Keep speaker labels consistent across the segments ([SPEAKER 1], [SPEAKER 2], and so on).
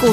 [SPEAKER 1] 股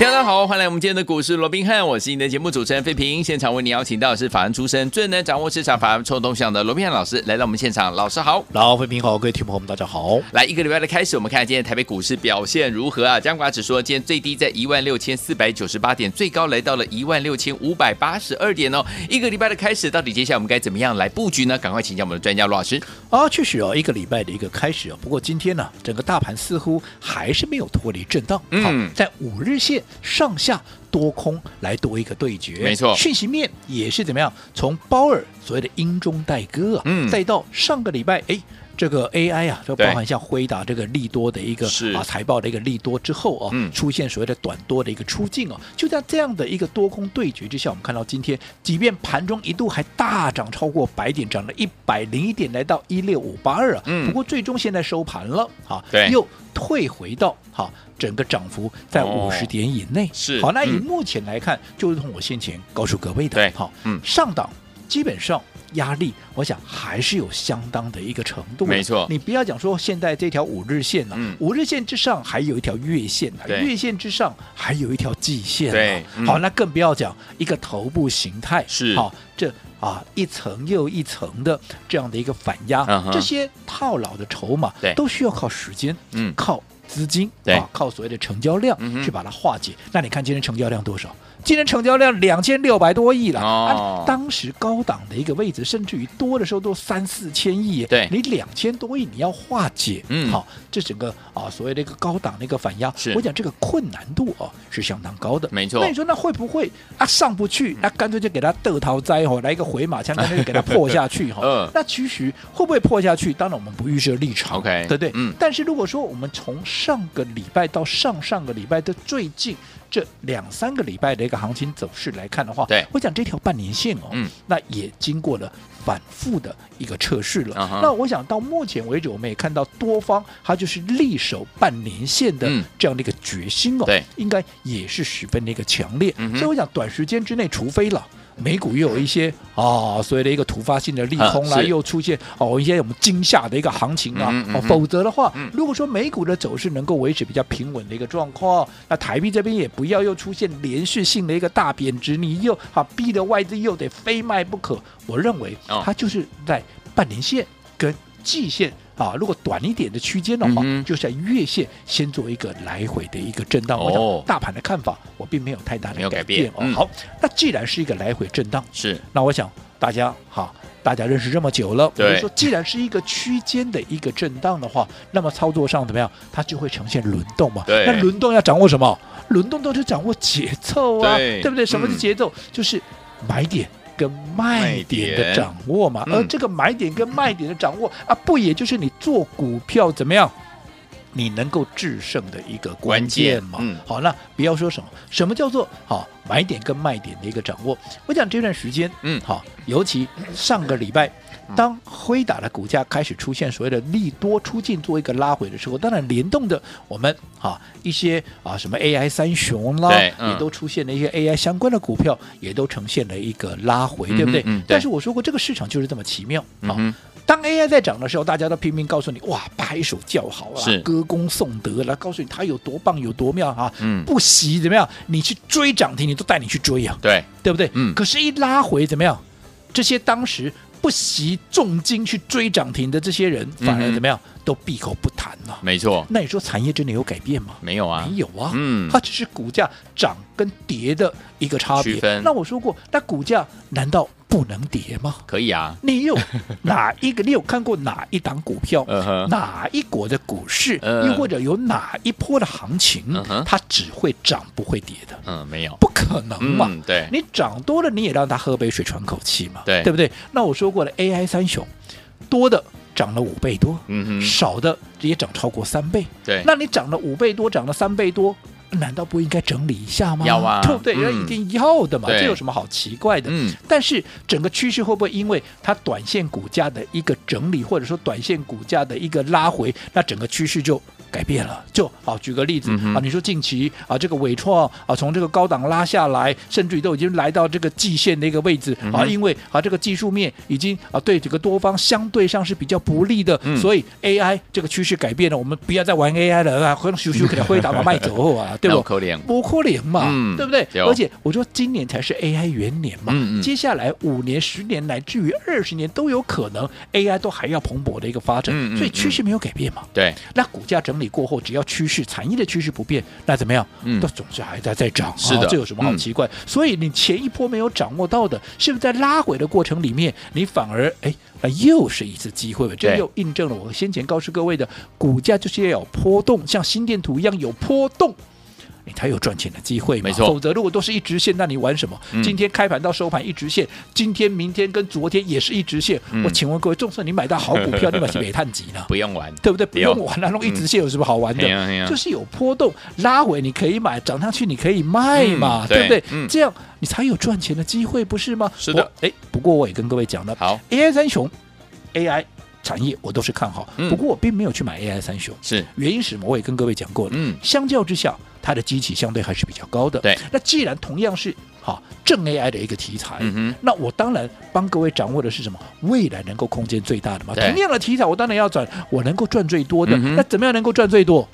[SPEAKER 2] 大家好，欢迎来我们今天的股市罗宾汉，我是你的节目主持人费平。现场为你邀请到的是法案出身、最能掌握市场法案臭动向的罗宾汉老师来到我们现场，老师好。
[SPEAKER 3] 老飞平好，各位听众朋友们，大家好。
[SPEAKER 2] 来一个礼拜的开始，我们看今天台北股市表现如何啊？加权指数今天最低在一万六千四百九十八点，最高来到了一万六千五百八十二点哦。一个礼拜的开始，到底接下来我们该怎么样来布局呢？赶快请教我们的专家罗老师。
[SPEAKER 3] 啊，确实哦，一个礼拜的一个开始哦。不过今天呢、整个大盘似乎还是没有脱离震荡。
[SPEAKER 2] 嗯
[SPEAKER 3] 好在五日线上下多空来多一个对决，
[SPEAKER 2] 没错
[SPEAKER 3] 讯息面也是怎么样？从鲍尔所谓的英中带歌啊，
[SPEAKER 2] 嗯
[SPEAKER 3] 再到上个礼拜，哎。这个 AI 啊，就包
[SPEAKER 2] 对
[SPEAKER 3] 含像辉达这个利多的一个
[SPEAKER 2] 是
[SPEAKER 3] 啊财报的一个利多之后啊，
[SPEAKER 2] 嗯
[SPEAKER 3] 出现所谓的短多的一个出境啊，就在这样的一个多空对决之下，我们看到今天，即便盘中一度还大涨超过百点，涨了一百零一点，来到一六五八二啊，
[SPEAKER 2] 嗯
[SPEAKER 3] 不过最终现在收盘了啊，
[SPEAKER 2] 对
[SPEAKER 3] 又退回到好、啊整个涨幅在
[SPEAKER 2] 哦
[SPEAKER 3] 五十点以内。
[SPEAKER 2] 是
[SPEAKER 3] 好，那以
[SPEAKER 2] 嗯
[SPEAKER 3] 目前来看，就如同我先前告诉各位的，
[SPEAKER 2] 对
[SPEAKER 3] 好，
[SPEAKER 2] 嗯
[SPEAKER 3] 上档基本上。压力，我想还是有相当的一个程度的。
[SPEAKER 2] 没错
[SPEAKER 3] 你不要讲说现在这条五日线呢、
[SPEAKER 2] 嗯
[SPEAKER 3] 五日线之上还有一条月线呢、
[SPEAKER 2] 对
[SPEAKER 3] 月线之上还有一条季线、啊。
[SPEAKER 2] 对嗯
[SPEAKER 3] 好，那更不要讲一个头部形态
[SPEAKER 2] 是
[SPEAKER 3] 好，这啊一层又一层的这样的一个反压，
[SPEAKER 2] 嗯哼
[SPEAKER 3] 这些套牢的筹码
[SPEAKER 2] 对
[SPEAKER 3] 都需要靠时间，
[SPEAKER 2] 嗯
[SPEAKER 3] 靠资金，
[SPEAKER 2] 对
[SPEAKER 3] 啊，靠所谓的成交量、
[SPEAKER 2] 嗯哼
[SPEAKER 3] 去把它化解。那你看今天成交量多少？今天成交量两千六百多亿了，
[SPEAKER 2] 哦
[SPEAKER 3] 啊当时高档的一个位置，甚至于多的时候都三四千亿耶，
[SPEAKER 2] 对
[SPEAKER 3] 你两千多亿你要化解，
[SPEAKER 2] 嗯
[SPEAKER 3] 好，这整个啊所谓的一个高档的一个反压
[SPEAKER 2] 是，
[SPEAKER 3] 我讲这个困难度啊是相当高的，
[SPEAKER 2] 没错嗯
[SPEAKER 3] 那你说那会不会啊上不去？那干脆就给它得逃灾哦，来一个回马枪，干脆 就给它破下去哈、
[SPEAKER 2] 嗯
[SPEAKER 3] 那其实会不会破下去？当然我们不预设立场
[SPEAKER 2] OK，
[SPEAKER 3] 对不对？
[SPEAKER 2] 嗯
[SPEAKER 3] 但是如果说我们从上个礼拜到上上个礼拜的最近这两三个礼拜的一个行情走势来看的话，
[SPEAKER 2] 对
[SPEAKER 3] 我讲这条半年线哦，
[SPEAKER 2] 嗯
[SPEAKER 3] 那也经过了反复的一个测试了。
[SPEAKER 2] 啊哈
[SPEAKER 3] 那我想到目前为止，我们也看到多方它就是力守半年线的
[SPEAKER 2] 嗯
[SPEAKER 3] 这样的一个决心哦，
[SPEAKER 2] 对
[SPEAKER 3] 应该也是十分的一个强烈。
[SPEAKER 2] 嗯哼
[SPEAKER 3] 所以我想短时间之内，除非了。美股又有一些啊、所谓的一个突发性的利
[SPEAKER 2] 啊
[SPEAKER 3] 空啦，
[SPEAKER 2] 是
[SPEAKER 3] 又出现哦一些我们惊吓的一个行情啊，
[SPEAKER 2] 嗯哼嗯
[SPEAKER 3] 哦，
[SPEAKER 2] 哼
[SPEAKER 3] 否则的话，
[SPEAKER 2] 嗯
[SPEAKER 3] 如果说美股的走势能够维持比较平稳的一个状况，那台币这边也不要又出现连续性的一个大贬值，你又啊逼得外资又得非卖不可。我认为
[SPEAKER 2] 哦
[SPEAKER 3] 它就是在半年线跟季线。啊，如果短一点的区间的话，
[SPEAKER 2] 嗯哼
[SPEAKER 3] 就在月线先做一个来回的一个震荡。我
[SPEAKER 2] 哦
[SPEAKER 3] 想大盘的看法，我并没有太大
[SPEAKER 2] 没有
[SPEAKER 3] 的
[SPEAKER 2] 改
[SPEAKER 3] 改
[SPEAKER 2] 变
[SPEAKER 3] 变
[SPEAKER 2] 嗯
[SPEAKER 3] 哦。好，那既然是一个来回震荡，
[SPEAKER 2] 是
[SPEAKER 3] 那我想大家哈，大家认识这么久了，我
[SPEAKER 2] 对
[SPEAKER 3] 就说既然是一个区间的一个震荡的话，那么操作上怎么样，它就会呈现轮动嘛。
[SPEAKER 2] 对
[SPEAKER 3] 那轮动要掌握什么？轮动都是掌握节奏啊，
[SPEAKER 2] 对
[SPEAKER 3] 不对？什么是
[SPEAKER 2] 嗯
[SPEAKER 3] 节奏？就是买点。跟卖
[SPEAKER 2] 卖
[SPEAKER 3] 点
[SPEAKER 2] 点
[SPEAKER 3] 的掌握嘛，
[SPEAKER 2] 嗯
[SPEAKER 3] 而这个买点跟卖点的掌握啊，不也就是你做股票怎么样，你能够制胜的一个关键嘛？
[SPEAKER 2] 关键嗯
[SPEAKER 3] 好，那不要说什么，什么叫做好买点跟卖点的一个掌握？我讲这段时间，
[SPEAKER 2] 嗯
[SPEAKER 3] 好，尤其上个礼拜，当辉达的股价开始出现所谓的利多出尽做一个拉回的时候，当然联动的我们啊一些啊什么 AI 三雄啦
[SPEAKER 2] 对，嗯
[SPEAKER 3] 也都出现了一些 AI 相关的股票，也都呈现了一个拉回，
[SPEAKER 2] 嗯哼
[SPEAKER 3] 对不对？
[SPEAKER 2] 嗯对
[SPEAKER 3] 但是我说过，这个市场就是这么奇妙
[SPEAKER 2] 嗯
[SPEAKER 3] 啊。
[SPEAKER 2] 哼
[SPEAKER 3] 当 AI 在涨的时候，大家都拼命告诉你，哇，拍手叫好啊
[SPEAKER 2] 是，
[SPEAKER 3] 歌功颂德啦，告诉你它有多棒，有多妙啊！
[SPEAKER 2] 嗯
[SPEAKER 3] 不惜怎么样，你去追涨停，你都带你去追啊。
[SPEAKER 2] 对，
[SPEAKER 3] 对不对？
[SPEAKER 2] 嗯
[SPEAKER 3] 可是，一拉回怎么样？这些当时不惜重金去追涨停的这些人，反
[SPEAKER 2] 嗯
[SPEAKER 3] 而
[SPEAKER 2] 哼
[SPEAKER 3] 怎么样？都闭口不谈了、
[SPEAKER 2] 没错，
[SPEAKER 3] 那你说产业真的有改变吗？
[SPEAKER 2] 没有啊，
[SPEAKER 3] 没有啊，
[SPEAKER 2] 嗯
[SPEAKER 3] 它只是股价涨跟跌的一个差别
[SPEAKER 2] 区分。
[SPEAKER 3] 那我说过，那股价难道不能跌吗？
[SPEAKER 2] 可以啊，
[SPEAKER 3] 你有哪一个？你有看过哪一档股票？
[SPEAKER 2] 嗯哼
[SPEAKER 3] 哪一国的股市，
[SPEAKER 2] 嗯
[SPEAKER 3] 又或者有哪一波的行情，
[SPEAKER 2] 嗯哼
[SPEAKER 3] 它只会涨不会跌的？
[SPEAKER 2] 嗯，没有，
[SPEAKER 3] 不可能嘛！
[SPEAKER 2] 嗯，对，
[SPEAKER 3] 你涨多了，你也让他喝杯水喘口气嘛，
[SPEAKER 2] 对
[SPEAKER 3] 对不对？那我说过了，AI 三雄多的涨了五倍多，
[SPEAKER 2] 嗯哼，哎
[SPEAKER 3] 少的也涨超过三倍。
[SPEAKER 2] 对，
[SPEAKER 3] 那你涨了五倍多，涨了三倍多，难道不应该整理一下吗？
[SPEAKER 2] 要啊
[SPEAKER 3] 对不对？
[SPEAKER 2] 嗯
[SPEAKER 3] 那、一定要的嘛，
[SPEAKER 2] 对
[SPEAKER 3] 这有什么好奇怪的？
[SPEAKER 2] 嗯
[SPEAKER 3] 但是整个趋势会不会因为它短线股价的一个整理，或者说短线股价的一个拉回，那整个趋势就改变了？就好，举个例子、
[SPEAKER 2] 嗯哼
[SPEAKER 3] 啊，你说近期啊，这个伟创啊，从这个高档拉下来，甚至于都已经来到这个季线的一个位置、啊，
[SPEAKER 2] 嗯哼
[SPEAKER 3] 因为啊这个技术面已经啊对这个多方相对上是比较不利的，
[SPEAKER 2] 嗯
[SPEAKER 3] 所以 AI 这个趋势改变了，我们不要再玩 AI 了啊，可能咻咻给它挥打把卖走啊，对
[SPEAKER 2] 有
[SPEAKER 3] 不？
[SPEAKER 2] 可怜，
[SPEAKER 3] 不可能嘛，
[SPEAKER 2] 嗯
[SPEAKER 3] 对不对？
[SPEAKER 2] 对哦
[SPEAKER 3] 而且我说今年才是 AI 元年嘛，
[SPEAKER 2] 嗯嗯
[SPEAKER 3] 接下来五年、十年乃至于二十年都有可能 AI 都还要蓬勃的一个发展，
[SPEAKER 2] 嗯嗯
[SPEAKER 3] 所以趋势没有改变嘛。
[SPEAKER 2] 对，
[SPEAKER 3] 那股价整理过后，只要趋势产业的趋势不变，那怎么样？
[SPEAKER 2] 嗯
[SPEAKER 3] 都总是还在在涨，
[SPEAKER 2] 是的
[SPEAKER 3] 啊这有什么好
[SPEAKER 2] 嗯
[SPEAKER 3] 奇怪？所以你前一波没有掌握到的，是不是在拉回的过程里面，你反而哎，那又是一次机会了？这
[SPEAKER 2] 对
[SPEAKER 3] 又印证了我先前告诉各位的，股价就是要有波动，像心电图一样有波动。你才有赚钱的机会嘛，
[SPEAKER 2] 没错
[SPEAKER 3] 否则如果都是一直线，那你玩什么？
[SPEAKER 2] 嗯
[SPEAKER 3] 今天开盘到收盘一直线，今天、明天跟昨天也是一直线。
[SPEAKER 2] 嗯
[SPEAKER 3] 我请问各位，就算你买到好股 票，你买是没探级呢？
[SPEAKER 2] 不用玩，
[SPEAKER 3] 对不对？不
[SPEAKER 2] 对哦
[SPEAKER 3] 用玩了，啊弄一直线有什么好玩的
[SPEAKER 2] 嘿呀嘿呀？
[SPEAKER 3] 就是有波动，拉回你可以买，涨上去你可以卖嘛，
[SPEAKER 2] 嗯
[SPEAKER 3] 对不对
[SPEAKER 2] 对嗯？
[SPEAKER 3] 这样你才有赚钱的机会，不是吗？
[SPEAKER 2] 是的
[SPEAKER 3] 我。哎，不过我也跟各位讲了
[SPEAKER 2] 好，
[SPEAKER 3] ，AI 三雄，AI 产业我都是看好，
[SPEAKER 2] 嗯
[SPEAKER 3] 不过我并没有去买 AI 三雄，
[SPEAKER 2] 是，
[SPEAKER 3] 原因是什么？我也跟各位讲过了，
[SPEAKER 2] 嗯
[SPEAKER 3] 相较之下，它的基期相对还是比较高的。
[SPEAKER 2] 对，
[SPEAKER 3] 那既然同样是哈正 AI 的一个题材，
[SPEAKER 2] 嗯哼，
[SPEAKER 3] 那我当然帮各位掌握的是什么？未来能够空间最大的嘛。
[SPEAKER 2] 对
[SPEAKER 3] 同样的题材，我当然要转，我能够赚最多的。
[SPEAKER 2] 嗯哼
[SPEAKER 3] 那怎么样能够赚最多？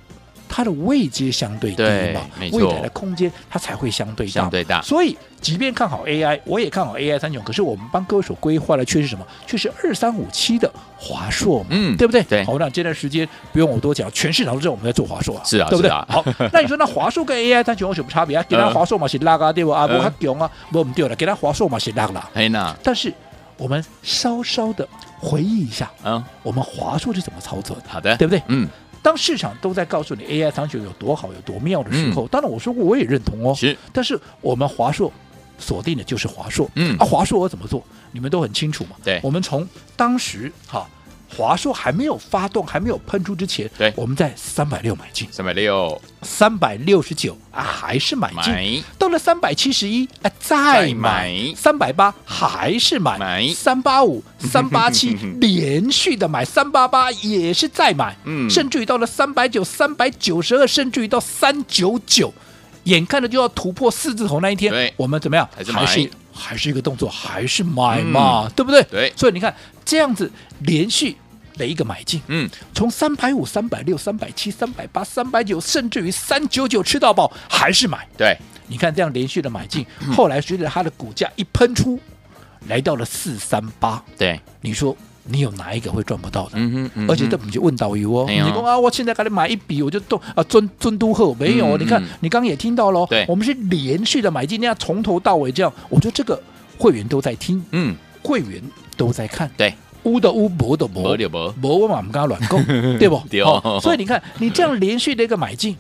[SPEAKER 3] 它的位阶相对低
[SPEAKER 2] 对
[SPEAKER 3] 嘛，
[SPEAKER 2] 没错
[SPEAKER 3] 未来的空间它才会相对大。
[SPEAKER 2] 相对大
[SPEAKER 3] 所以，即便看好 AI，我也看好 AI 三雄，可是我们帮各位所规划的却是什么？却是二三五七的华硕嘛，
[SPEAKER 2] 嗯
[SPEAKER 3] 对不对？
[SPEAKER 2] 对
[SPEAKER 3] 好，那这段时间不用我多讲，全市场都知道我们在做华硕啊，
[SPEAKER 2] 是啊
[SPEAKER 3] 对不对？
[SPEAKER 2] 是啊
[SPEAKER 3] 好，那你说那华硕跟 AI 三雄有什么差别啊？给他
[SPEAKER 2] 嗯
[SPEAKER 3] 华硕嘛是拉啊，对不啊？
[SPEAKER 2] 嗯
[SPEAKER 3] 不较强啊，不唔对了，给他华硕嘛是拉啦。
[SPEAKER 2] 嘿娜，
[SPEAKER 3] 但是我们稍稍的回忆一下，
[SPEAKER 2] 嗯，
[SPEAKER 3] 我们华硕是怎么操作的，
[SPEAKER 2] 好的，
[SPEAKER 3] 对不对？
[SPEAKER 2] 嗯，
[SPEAKER 3] 当市场都在告诉你 AI 三雄有多好、有多妙的时
[SPEAKER 2] 嗯
[SPEAKER 3] 候，当然我说过我也认同哦。
[SPEAKER 2] 是，
[SPEAKER 3] 但是我们华硕锁定的就是华硕，
[SPEAKER 2] 嗯
[SPEAKER 3] 啊，华硕我怎么做，你们都很清楚嘛。
[SPEAKER 2] 对
[SPEAKER 3] 我们从当时哈。华硕还没有发动，还没有喷出之前，
[SPEAKER 2] 对
[SPEAKER 3] 我们在三百六买进，
[SPEAKER 2] 三百六
[SPEAKER 3] 三百六十九啊，还是买进，
[SPEAKER 2] 买，
[SPEAKER 3] 到了三百七十一，啊，
[SPEAKER 2] 再
[SPEAKER 3] 再
[SPEAKER 2] 买
[SPEAKER 3] 买三百八还是买，
[SPEAKER 2] 买
[SPEAKER 3] 三 八五、三八七连续的买，三八八也是再买，
[SPEAKER 2] 嗯
[SPEAKER 3] 甚至于到了三百九、三百九十二，甚至于到三九九，眼看着就要突破四字头那一
[SPEAKER 2] 对
[SPEAKER 3] 天，我们怎么样？
[SPEAKER 2] 还是买嗯
[SPEAKER 3] 还是还是一个动作，还是买嘛，对不对？
[SPEAKER 2] 对
[SPEAKER 3] 所以你看这样子连续的一个买进，
[SPEAKER 2] 嗯，
[SPEAKER 3] 从三百五、三百六、三百七、三百八、三百九，甚至于三九九吃到饱，还是买。
[SPEAKER 2] 对，
[SPEAKER 3] 你看这样连续的买进，后来随着它的股价一喷出，来到了四三八，
[SPEAKER 2] 对，
[SPEAKER 3] 你说你有哪一个会赚不到的？
[SPEAKER 2] 嗯哼，嗯哼
[SPEAKER 3] 而且这不就问导游哦，
[SPEAKER 2] 哎
[SPEAKER 3] 你
[SPEAKER 2] 呦
[SPEAKER 3] 说啊，我现在给你买一笔，我就动啊，尊尊都后没有哦？
[SPEAKER 2] 嗯
[SPEAKER 3] 你看
[SPEAKER 2] 嗯
[SPEAKER 3] 你刚刚也听到喽
[SPEAKER 2] 对，
[SPEAKER 3] 我们是连续的买进，那样从头到尾这样，我觉得这个会员都在听，
[SPEAKER 2] 嗯，
[SPEAKER 3] 会员都在看，
[SPEAKER 2] 对，
[SPEAKER 3] 乌的乌，博的博
[SPEAKER 2] 没，就没
[SPEAKER 3] 博我嘛唔敢乱 购，对不？
[SPEAKER 2] 对哦
[SPEAKER 3] 好所以你看，你这样连续的一个买进。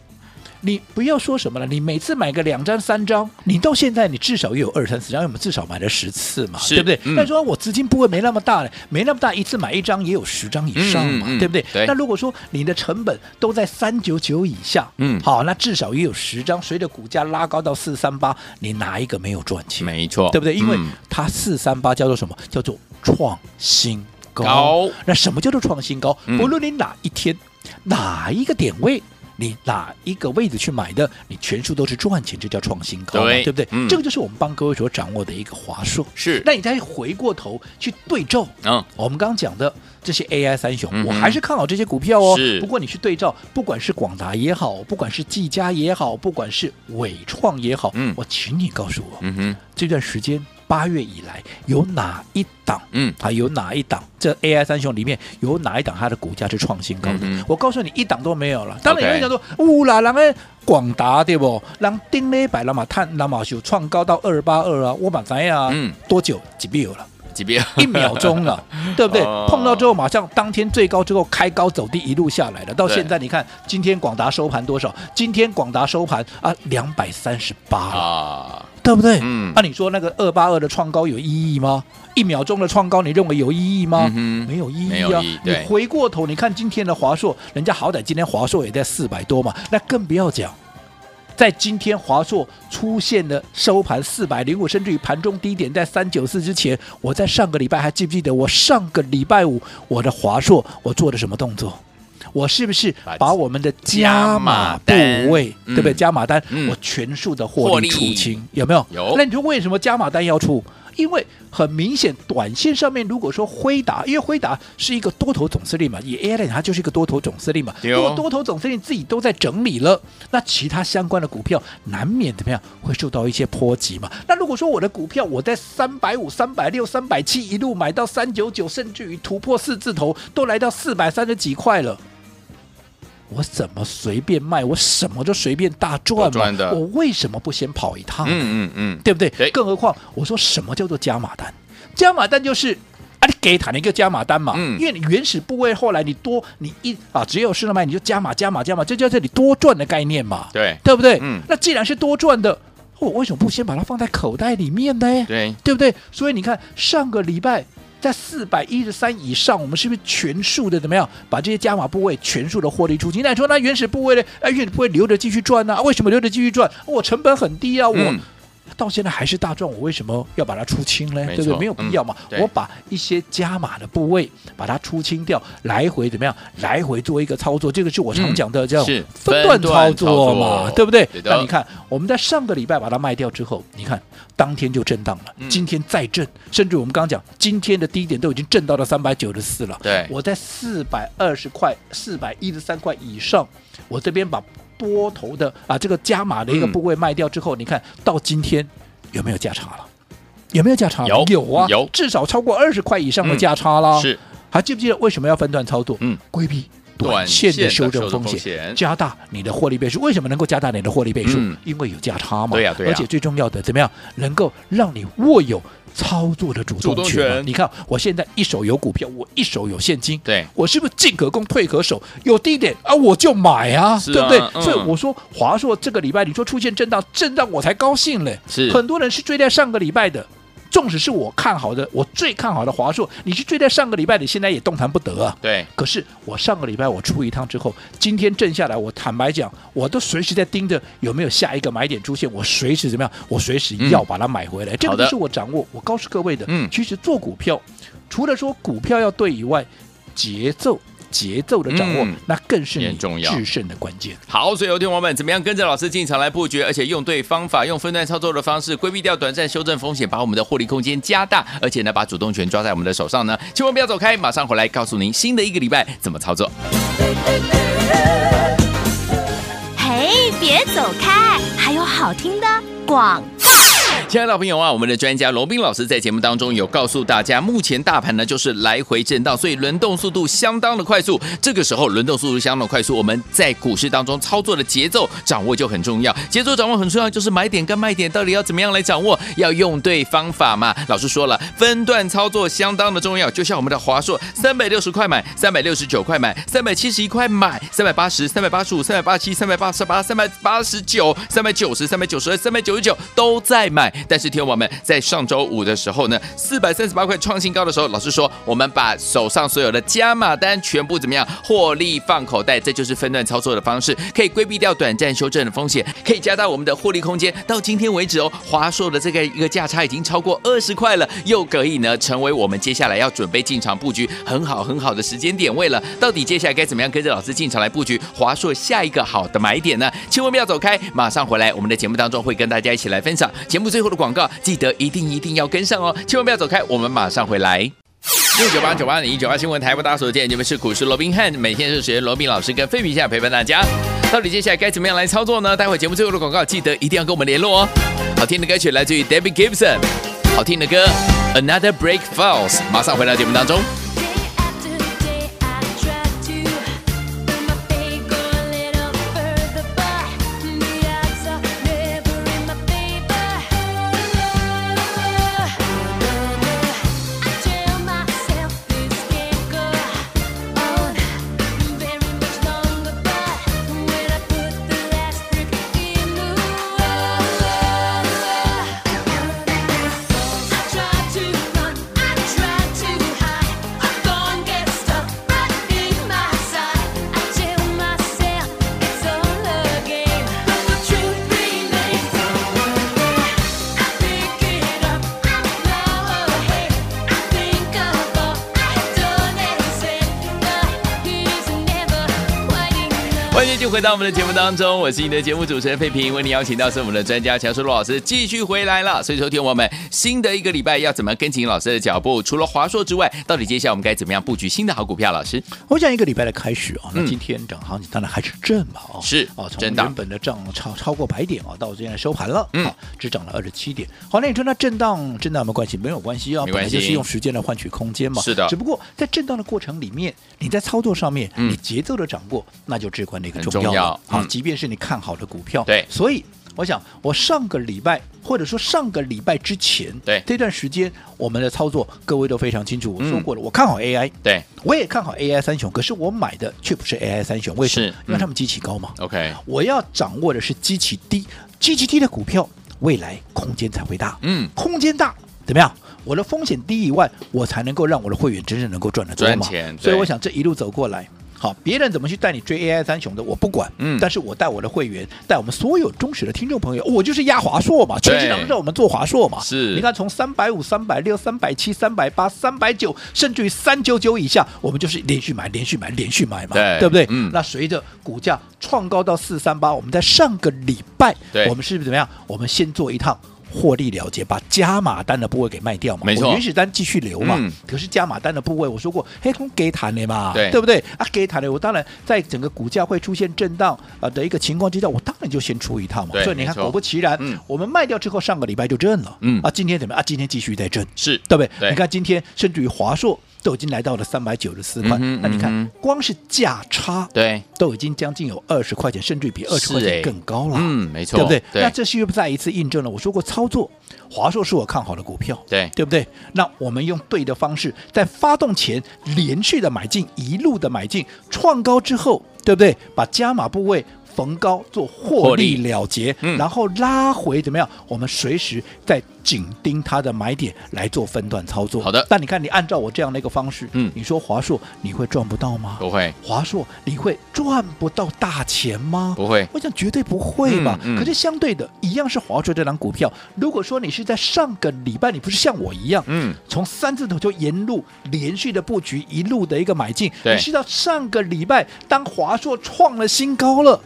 [SPEAKER 3] 你不要说什么了，你每次买个两张三张，你到现在你至少也有二三十张，因为我们至少买了十次嘛，
[SPEAKER 2] 是
[SPEAKER 3] 对不对？
[SPEAKER 2] 嗯
[SPEAKER 3] 那说我资金部位没那么大了，没那么大，一次买一张也有十张以上嘛，
[SPEAKER 2] 嗯嗯嗯
[SPEAKER 3] 对不对？
[SPEAKER 2] 对
[SPEAKER 3] 那如果说你的成本都在三九九以下，
[SPEAKER 2] 嗯
[SPEAKER 3] 好，那至少也有十张，随着股价拉高到四三八，你哪一个没有赚钱？
[SPEAKER 2] 没错，
[SPEAKER 3] 对不对？因为
[SPEAKER 2] 嗯
[SPEAKER 3] 它四三八叫做什么？叫做创新高。
[SPEAKER 2] 高
[SPEAKER 3] 那什么叫做创新高？
[SPEAKER 2] 嗯
[SPEAKER 3] 不论你哪一天、哪一个点位。你哪一个位置去买的，你全数都是赚钱，这叫创新高嘛，
[SPEAKER 2] 对
[SPEAKER 3] 对不对？
[SPEAKER 2] 嗯
[SPEAKER 3] 这个就是我们帮各位所掌握的一个华硕。
[SPEAKER 2] 是
[SPEAKER 3] 那你再回过头去对照，
[SPEAKER 2] 嗯，
[SPEAKER 3] 我们刚刚讲的这些 AI 三雄，
[SPEAKER 2] 嗯哼
[SPEAKER 3] 我还是看好这些股票哦。
[SPEAKER 2] 是
[SPEAKER 3] 不过你去对照，不管是广达也好，不管是技嘉也好，不管是伟创也好，
[SPEAKER 2] 嗯
[SPEAKER 3] 我请你告诉我，
[SPEAKER 2] 嗯哼，
[SPEAKER 3] 这段时间八月以来有哪一档？
[SPEAKER 2] 嗯，
[SPEAKER 3] 啊，有哪一档？这 AI 三雄里面有哪一档它的股价是创新高的？
[SPEAKER 2] 嗯哼
[SPEAKER 3] 我告诉你，一档都没有了。当然有人
[SPEAKER 2] OK
[SPEAKER 3] 讲说，呜啦，人家广达对不？人丁那百人嘛探人嘛有创高到二八二啊，我嘛怎样啊？
[SPEAKER 2] 嗯
[SPEAKER 3] 多久几秒 了？
[SPEAKER 2] 几遍，
[SPEAKER 3] 一秒钟了，对不对
[SPEAKER 2] 哦？
[SPEAKER 3] 碰到之后马上当天最高之后开高走低，一路下来了。到
[SPEAKER 2] 对
[SPEAKER 3] 现在你看，今天广达收盘多少？今天广达收盘啊，两百三十八，
[SPEAKER 2] 啊，
[SPEAKER 3] 对不对？
[SPEAKER 2] 嗯
[SPEAKER 3] 那、你说那个二八二的创高有意义吗？一秒钟的创高，你认为有意义吗？
[SPEAKER 2] 嗯哼
[SPEAKER 3] 没有意
[SPEAKER 2] 没
[SPEAKER 3] 义
[SPEAKER 2] 有
[SPEAKER 3] 啊
[SPEAKER 2] 意义！
[SPEAKER 3] 你
[SPEAKER 2] 对
[SPEAKER 3] 回过头，你看今天的华硕，人家好歹今天华硕也在四百多嘛，那更不要讲在今天华硕出现了收盘四百零五，甚至于盘中低点在三九四之前，我在上个礼拜还记不记得？我上个礼拜五我的华硕我做了什么动作？我是不是
[SPEAKER 2] 把
[SPEAKER 3] 把我们的
[SPEAKER 2] 加码
[SPEAKER 3] 加码部
[SPEAKER 2] 单
[SPEAKER 3] 位，
[SPEAKER 2] 嗯
[SPEAKER 3] 对不对？加码单，
[SPEAKER 2] 嗯
[SPEAKER 3] 我全数的
[SPEAKER 2] 获
[SPEAKER 3] 获利
[SPEAKER 2] 利
[SPEAKER 3] 出清，有没有？
[SPEAKER 2] 有
[SPEAKER 3] 那你说为什么加码单要出？因为很明显，短线上面如果说辉达，因为辉达是一个多头总司令嘛，以 a l a n 它就是一个多头总司令嘛。
[SPEAKER 2] 对哦
[SPEAKER 3] 如果多头总司令自己都在整理了，那其他相关的股票难免怎么样会受到一些波及嘛？那如果说我的股票我在三百五、三百六、三百七一路买到三九九，甚至于突破四字头，都来到四百三十几块了。我怎么随便卖？我什么都随便大赚嘛？
[SPEAKER 2] 都赚的
[SPEAKER 3] 我为什么不先跑一趟？
[SPEAKER 2] 嗯嗯嗯，
[SPEAKER 3] 对不对？
[SPEAKER 2] 对
[SPEAKER 3] 更何况我说什么叫做加码单？加码单就是。啊，你给他一个加码单嘛，
[SPEAKER 2] 嗯
[SPEAKER 3] 因为你原始部位后来你多你一啊，只有适当卖你就加码加码加码，这叫这里多赚的概念嘛，
[SPEAKER 2] 对
[SPEAKER 3] 对不对？
[SPEAKER 2] 嗯
[SPEAKER 3] 那既然是多赚的，我为什么不先把它放在口袋里面呢？
[SPEAKER 2] 对，
[SPEAKER 3] 对不对？所以你看上个礼拜在四百一十三以上，我们是不是全数的怎么样把这些加码部位全数的获利出清？那你说那原始部位呢？哎，原始部位留着继续赚呢、啊？为什么留着继续赚？我成本很低啊，我。
[SPEAKER 2] 嗯
[SPEAKER 3] 到现在还是大赚，我为什么要把它出清呢？
[SPEAKER 2] 没
[SPEAKER 3] 对不
[SPEAKER 2] 错
[SPEAKER 3] 对？没有必要嘛
[SPEAKER 2] 嗯。对
[SPEAKER 3] 我把一些加码的部位把它出清掉，来回怎么样？来回做一个操作，这个是我常讲的叫
[SPEAKER 2] 嗯是
[SPEAKER 3] 分段操作
[SPEAKER 2] 分段操
[SPEAKER 3] 嘛
[SPEAKER 2] 作，
[SPEAKER 3] 对不对
[SPEAKER 2] 对？的
[SPEAKER 3] 那你看，我们在上个礼拜把它卖掉之后，你看当天就震荡了，
[SPEAKER 2] 嗯
[SPEAKER 3] 今天再震，甚至我们刚刚讲今天的低点都已经震到了三百九十四了。
[SPEAKER 2] 对
[SPEAKER 3] 我在四百二十块、四百一十三块以上，我这边把多头的啊这个加码的一个
[SPEAKER 2] 嗯
[SPEAKER 3] 部位卖掉之后，你看到今天有没有价差了？有没有价差了？
[SPEAKER 2] 有
[SPEAKER 3] 啊，
[SPEAKER 2] 有嗯
[SPEAKER 3] 至少超过二十块以上的价差啦。
[SPEAKER 2] 是
[SPEAKER 3] 还记不记得为什么要分段操作？
[SPEAKER 2] 嗯，
[SPEAKER 3] 规避
[SPEAKER 2] 短
[SPEAKER 3] 短
[SPEAKER 2] 线
[SPEAKER 3] 线
[SPEAKER 2] 的
[SPEAKER 3] 的
[SPEAKER 2] 修
[SPEAKER 3] 修
[SPEAKER 2] 正
[SPEAKER 3] 正
[SPEAKER 2] 风
[SPEAKER 3] 风
[SPEAKER 2] 险
[SPEAKER 3] 险，加大你的获利倍数。为什么能够加大你的获利倍数？
[SPEAKER 2] 嗯
[SPEAKER 3] 因为有价差嘛。
[SPEAKER 2] 对呀对呀
[SPEAKER 3] 而且最重要的，怎么样能够让你握有操作的主
[SPEAKER 2] 主
[SPEAKER 3] 动
[SPEAKER 2] 动
[SPEAKER 3] 权嘛？
[SPEAKER 2] 权
[SPEAKER 3] 你看，我现在一手有股票，我一手有现金，
[SPEAKER 2] 对
[SPEAKER 3] 我是不是进可攻，退可守？有低点啊，我就买啊，
[SPEAKER 2] 是啊
[SPEAKER 3] 对不对？
[SPEAKER 2] 嗯
[SPEAKER 3] 所以我说，华硕这个礼拜你说出现震荡，震荡我才高兴嘞。
[SPEAKER 2] 是
[SPEAKER 3] 很多人是追在上个礼拜的。纵使是我看好的，我最看好的华硕，你是追在上个礼拜，你现在也动弹不得啊。
[SPEAKER 2] 对，
[SPEAKER 3] 可是我上个礼拜我出一趟之后，今天震下来，我坦白讲，我都随时在盯着有没有下一个买点出现，我随时怎么样，我随时要把它买回来。
[SPEAKER 2] 嗯
[SPEAKER 3] 这
[SPEAKER 2] 好的
[SPEAKER 3] 个就是我掌握。我告诉各位的，
[SPEAKER 2] 嗯
[SPEAKER 3] 其实做股票，除了说股票要对以外，节奏。节奏的掌握，
[SPEAKER 2] 嗯
[SPEAKER 3] 那更是
[SPEAKER 2] 也
[SPEAKER 3] 你
[SPEAKER 2] 很重要
[SPEAKER 3] 制胜的关键。
[SPEAKER 2] 好，所以有听友们怎么样跟着老师进场来布局，而且用对方法，用分段操作的方式，规避掉短暂修正风险，把我们的获利空间加大，而且呢，把主动权抓在我们的手上呢，千万不要走开，马上回来告诉您新的一个礼拜怎么操作。
[SPEAKER 1] 嘿，别走开，还有好听的广。
[SPEAKER 2] 亲爱的朋友啊，我们的专家龙斌老师在节目当中有告诉大家，目前大盘呢就是来回震荡，所以轮动速度相当的快速。这个时候轮动速度相当的快速，我们在股市当中操作的节奏掌握就很重要。节奏掌握很重要，就是买点跟卖点到底要怎么样来掌握，要用对方法嘛。老师说了，分段操作相当的重要，就像我们的华硕三百六十块买，三百六十九块买，三百七十一块买，三百八十、三百八十五、三百八七、三百八十八、三百八十九、三百九十、三百九十二、三百九十九都在买。但是，天王们在上周五的时候呢，四百三十八块创新高的时候，老师说我们把手上所有的加码单全部怎么样获利放口袋，这就是分段操作的方式，可以规避掉短暂修正的风险，可以加大我们的获利空间。到今天为止哦，华硕的这个一个价差已经超过二十块了，又可以呢成为我们接下来要准备进场布局很好很好的时间点位了。到底接下来该怎么样跟着老师进场来布局华硕下一个好的买点呢？千万不要走开，马上回来，我们的节目当中会跟大家一起来分享节目最后的广告，记得一定一定要跟上哦，千万不要走开，我们马上回来。六九八九八零一九八新闻台，为大家所见，你们是股市罗宾汉，每天是时间罗宾老师跟费皮下陪伴大家。到底接下来该怎么样来操作呢？待会节目最后的广告，记得一定要跟我们联络哦。好听的歌曲来自于 David Gibson，好听的歌 Another Break Falls，马上回到节目当中。
[SPEAKER 4] Day after day, I try to earn my pay, go a little further, but the odds are never in my favor. I tell myself this can't go on very much longer, but when I put the last brick in the wall. I try to run, I try to hide.
[SPEAKER 2] 续回到我们的节目当中，我是你的节目主持人费平，为您邀请到是我们的专家强叔罗老师继续回来了。所以，说，听我们新的一个礼拜要怎么跟紧老师的脚步？除了华硕之外，到底接下来我们该怎么样布局新的好股票？老师
[SPEAKER 3] 我讲一个礼拜的开始啊，那
[SPEAKER 2] 嗯
[SPEAKER 3] 今天涨行情当然还是正嘛啊，
[SPEAKER 2] 是
[SPEAKER 3] 啊，从
[SPEAKER 2] 震荡
[SPEAKER 3] 原本的涨超超过百点啊，到现在收盘了，
[SPEAKER 2] 嗯
[SPEAKER 3] 啊，只涨了二十七点。好，那你说那震荡震荡有没有关系？没有关系啊，
[SPEAKER 2] 没
[SPEAKER 3] 本
[SPEAKER 2] 关
[SPEAKER 3] 来
[SPEAKER 2] 系
[SPEAKER 3] 就是用时间来换取空间嘛。
[SPEAKER 2] 是的
[SPEAKER 3] 只不过在震荡的过程里面，你在操作上面，
[SPEAKER 2] 嗯
[SPEAKER 3] 你节奏的掌握，那就至关的一个
[SPEAKER 2] 很
[SPEAKER 3] 重要
[SPEAKER 2] 重要
[SPEAKER 3] 了。好，
[SPEAKER 2] 嗯
[SPEAKER 3] 即便是你看好的股票，
[SPEAKER 2] 对
[SPEAKER 3] 所以。我想，我上个礼拜或者说上个礼拜之前，
[SPEAKER 2] 对
[SPEAKER 3] 这段时间我们的操作，各位都非常清楚。我说
[SPEAKER 2] 嗯
[SPEAKER 3] 过了，我看好 AI，
[SPEAKER 2] 对
[SPEAKER 3] 我也看好 AI 三雄，可是我买的却不是 AI 三雄，为什么？
[SPEAKER 2] 是
[SPEAKER 3] 因为他们基期高嘛。
[SPEAKER 2] ，OK，
[SPEAKER 3] 我要掌握的是基期低，基期低的股票，未来空间才会大。
[SPEAKER 2] 嗯，
[SPEAKER 3] 空间大怎么样？我的风险低以外，我才能够让我的会员真正能够赚得多嘛。
[SPEAKER 2] 赚钱对
[SPEAKER 3] 所以我想这一路走过来。好，别人怎么去带你追 AI 三雄的，我不管。
[SPEAKER 2] 嗯
[SPEAKER 3] 但是我带我的会员，带我们所有忠实的听众朋友，我哦就是压华硕嘛，全市场
[SPEAKER 2] 对
[SPEAKER 3] 都知道我们做华硕嘛。
[SPEAKER 2] 是
[SPEAKER 3] 你看从三百五、三百六、三百七、三百八、三百九，甚至于三九九以下，我们就是连续买、连续买、连续买嘛，
[SPEAKER 2] 对
[SPEAKER 3] 不对？
[SPEAKER 2] 嗯
[SPEAKER 3] 那随着股价创高到四三八，我们在上个礼拜，
[SPEAKER 2] 对
[SPEAKER 3] 我们是不是怎么样？我们先做一趟。获利了结，把加码单的部位给卖掉嘛，
[SPEAKER 2] 没错
[SPEAKER 3] 我原始单继续留嘛。
[SPEAKER 2] 嗯
[SPEAKER 3] 可是加码单的部位，我说过，黑空给谈的嘛，
[SPEAKER 2] 对
[SPEAKER 3] 不对？啊，给谈的，我当然在整个股价会出现震荡啊的一个情况之下，我当然就先出一趟嘛。
[SPEAKER 2] 对
[SPEAKER 3] 所以你看，
[SPEAKER 2] 没错
[SPEAKER 3] 果不其然，
[SPEAKER 2] 嗯
[SPEAKER 3] 我们卖掉之后，上个礼拜就震了，
[SPEAKER 2] 嗯
[SPEAKER 3] 啊，今天怎么样啊？今天继续在震，
[SPEAKER 2] 是
[SPEAKER 3] 对不对？
[SPEAKER 2] 对
[SPEAKER 3] 你看今天甚至于华硕都已经来到了三百九十四块，
[SPEAKER 2] 嗯哼
[SPEAKER 3] 那你看、
[SPEAKER 2] 嗯
[SPEAKER 3] 光是价差
[SPEAKER 2] 对，
[SPEAKER 3] 都已经将近有二十块钱，甚至于比二十块
[SPEAKER 2] 是欸
[SPEAKER 3] 钱更高了，
[SPEAKER 2] 嗯，没错，
[SPEAKER 3] 对不对？那
[SPEAKER 2] 对
[SPEAKER 3] 这是又再一次印证了我说过，操作华硕是我看好的股票，
[SPEAKER 2] 对
[SPEAKER 3] 对不对？那我们用对的方式，在发动前连续的买进，一路的买进，创高之后，对不对？把加码部位。逢高做
[SPEAKER 2] 获
[SPEAKER 3] 获利
[SPEAKER 2] 利
[SPEAKER 3] 了结，
[SPEAKER 2] 嗯
[SPEAKER 3] 然后拉回怎么样？我们随时再紧盯它的买点来做分段操作。
[SPEAKER 2] 好的
[SPEAKER 3] 但你看你按照我这样的一个方式，
[SPEAKER 2] 嗯
[SPEAKER 3] 你说华硕你会赚不到吗？
[SPEAKER 2] 不会
[SPEAKER 3] 华硕你会赚不到大钱吗？
[SPEAKER 2] 不会，
[SPEAKER 3] 我想绝对不会嘛。
[SPEAKER 2] 嗯嗯
[SPEAKER 3] 可是相对的，一样是华硕这档股票。如果说你是在上个礼拜，你不是像我一样，
[SPEAKER 2] 嗯，
[SPEAKER 3] 从三字头就沿路连续的布局，一路的一个买进，
[SPEAKER 2] 对
[SPEAKER 3] 你是到上个礼拜，当华硕创了新高了。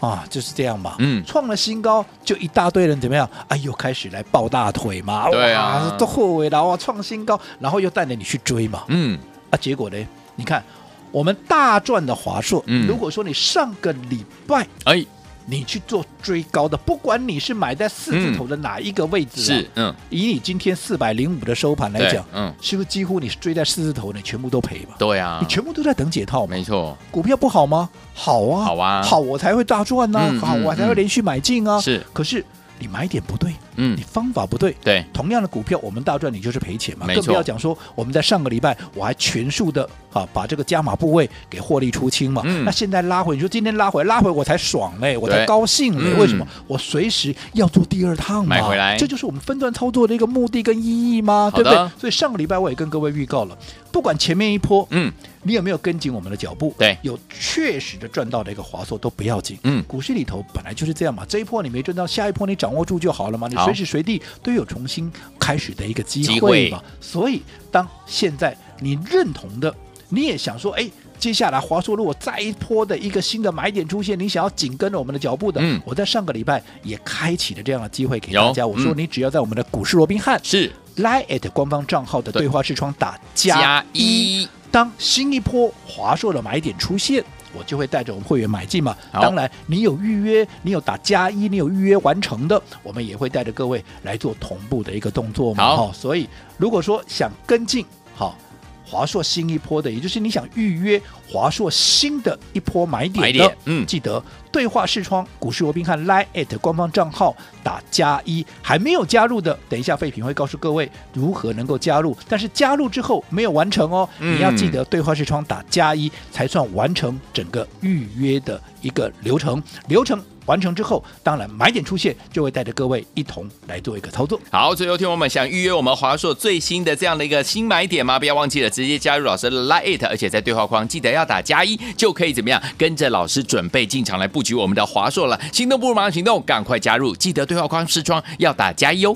[SPEAKER 3] 啊，就是这样嘛，
[SPEAKER 2] 嗯
[SPEAKER 3] 创了新高，就一大堆人怎么样？哎呦，开始来抱大腿嘛，
[SPEAKER 2] 对啊
[SPEAKER 3] 哇，都后悔了哇，创新高，然后又带着你去追嘛，
[SPEAKER 2] 嗯，
[SPEAKER 3] 啊，结果呢？你看我们大赚的华硕，
[SPEAKER 2] 嗯
[SPEAKER 3] 如果说你上个礼拜
[SPEAKER 2] 哎，
[SPEAKER 3] 你去做追高的，不管你是买在四字头的哪一个位置、啊
[SPEAKER 2] 是，嗯，
[SPEAKER 3] 以你今天四百零五的收盘来
[SPEAKER 2] 对
[SPEAKER 3] 讲，
[SPEAKER 2] 嗯
[SPEAKER 3] 是不是几乎你是追在四字头，你全部都赔吧？
[SPEAKER 2] 对啊
[SPEAKER 3] 你，全部都在等解套嘛？
[SPEAKER 2] 没错，
[SPEAKER 3] 股票不好吗？好啊，
[SPEAKER 2] 好啊
[SPEAKER 3] 好我才会大赚呐、
[SPEAKER 2] 嗯
[SPEAKER 3] 好我才会
[SPEAKER 2] 嗯
[SPEAKER 3] 连续买进啊。
[SPEAKER 2] 是，
[SPEAKER 3] 可是你买点不对，
[SPEAKER 2] 嗯
[SPEAKER 3] 你，方法不对，
[SPEAKER 2] 对，
[SPEAKER 3] 同样的股票，我们大赚，你就是赔钱嘛，
[SPEAKER 2] 没
[SPEAKER 3] 更不
[SPEAKER 2] 错
[SPEAKER 3] 要讲说我们在上个礼拜我还全数的啊把这个加码部位给获利出清嘛。
[SPEAKER 2] 嗯
[SPEAKER 3] 那现在拉回，你说今天拉回，拉回我才爽嘞，我才
[SPEAKER 2] 对
[SPEAKER 3] 高兴嘞。
[SPEAKER 2] 嗯
[SPEAKER 3] 为什么？我随时要做第二趟嘛，
[SPEAKER 2] 买回来
[SPEAKER 3] 这就是我们分段操作的一个目的跟意义嘛，
[SPEAKER 2] 好的
[SPEAKER 3] 对不对？所以上个礼拜我也跟各位预告了，不管前面一波，
[SPEAKER 2] 嗯，
[SPEAKER 3] 你有没有跟紧我们的脚步？
[SPEAKER 2] 对
[SPEAKER 3] 有确实的赚到的一个华硕都不要紧。
[SPEAKER 2] 嗯
[SPEAKER 3] 股市里头本来就是这样嘛，这一波你没赚到，下一波你掌握住就好了嘛，你
[SPEAKER 2] 好
[SPEAKER 3] 随时随地都有重新开始的一个机
[SPEAKER 2] 机会
[SPEAKER 3] 会嘛。所以当现在你认同的，你也想说，哎。接下来，华硕如果再一波的一个新的买点出现，你想要紧跟着我们的脚步的，
[SPEAKER 2] 嗯
[SPEAKER 3] 我在上个礼拜也开启了这样的机会给
[SPEAKER 2] 有
[SPEAKER 3] 大家。我
[SPEAKER 2] 嗯
[SPEAKER 3] 说，你只要在我们的股市罗宾汉、
[SPEAKER 2] 是
[SPEAKER 3] Line at 官方账号的
[SPEAKER 2] 对
[SPEAKER 3] 对话视窗打
[SPEAKER 2] 加
[SPEAKER 3] 加一
[SPEAKER 2] 一，
[SPEAKER 3] 当新一波华硕的买点出现，我就会带着我们会员买进嘛。
[SPEAKER 2] 好
[SPEAKER 3] 当然，你有预约，你有打加一，你有预约完成的，我们也会带着各位来做同步的一个动作嘛。
[SPEAKER 2] 好
[SPEAKER 3] 哦所以如果说想跟进，好、华硕新一波的，也就是你想预约华硕新的一波买点的，
[SPEAKER 2] 买点嗯
[SPEAKER 3] 记得对话视窗股市罗宾汉 Line at 官方账号打加一，还没有加入的，等一下废品会告诉各位如何能够加入。但是加入之后没有完成哦，
[SPEAKER 2] 嗯
[SPEAKER 3] 你要记得对话视窗打加一才算完成整个预约的一个流程。流程完成之后，当然买点出现就会带着各位一同来做一个操作。
[SPEAKER 2] 好，最后听我们想预约我们华硕最新的这样的一个新买点吗？不要忘记了直接加入老师的 Line It，而且在对话框记得要打加一，就可以怎么样跟着老师准备进场来布局我们的华硕了。心动不如马上行动，赶快加入！记得对话框视窗要打加一哦。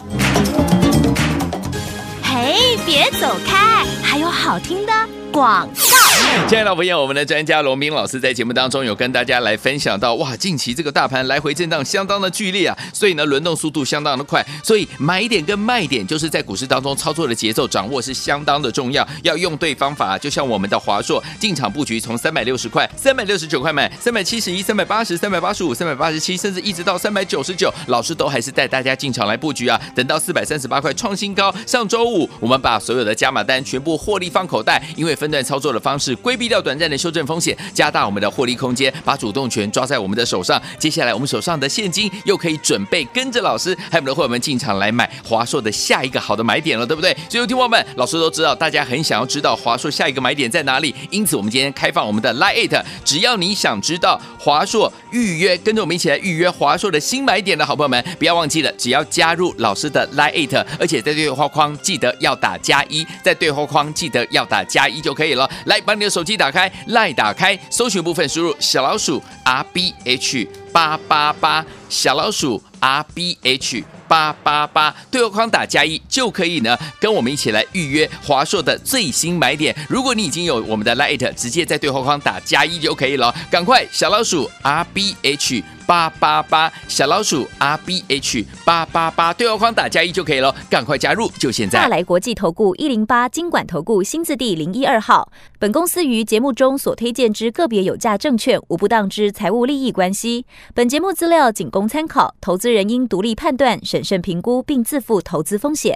[SPEAKER 1] 嘿，别走开，还有好听的广。
[SPEAKER 2] 亲爱的朋友我们的专家龙斌老师在节目当中有跟大家来分享到，哇，近期这个大盘来回震荡相当的剧烈啊，所以呢轮动速度相当的快，所以买点跟卖点就是在股市当中操作的节奏掌握是相当的重要，要用对方法。就像我们的华硕进场布局，从三百六十块、三百六十九块买，三百七十一、三百八十、三百八十五、三百八十七，甚至一直到三百九十九，老师都还是带大家进场来布局啊。等到四百三十八块创新高，上周五我们把所有的加码单全部获利放口袋，因为分段操作的方式，规避掉短暂的修正风险，加大我们的获利空间，把主动权抓在我们的手上。接下来我们手上的现金又可以准备跟着老师还有我们的会员们进场来买华硕的下一个好的买点了，对不对？所以听众朋友们，老师都知道大家很想要知道华硕下一个买点在哪里，因此我们今天开放我们的 Line It，只要你想知道华硕预约，跟着我们一起来预约华硕的新买点的好朋友们，不要忘记了，只要加入老师的 Line It，而且在对话框记得要打加一，在对话框记得要打加一就可以了。来，把你的手机打开，Line 打开，搜寻部分输入小老鼠 R B H 八八八，小老鼠 R B H。八八八对话框打加一就可以呢，跟我们一起来预约华硕的最新买点。如果你已经有我们的 Lite，直接在对话框打加一就可以了。赶快，小老鼠 R B H 八八八，小老鼠 R B H 八八八，对话框打加一就可以了。赶快加入，就现在
[SPEAKER 5] 大！来国际投顾一零八金管投顾新字第零一二号。本公司于节目中所推荐之个别有价证券，无不当之财务利益关系。本节目资料仅供参考，投资人应独立判断、审慎评估，并自负投资风险。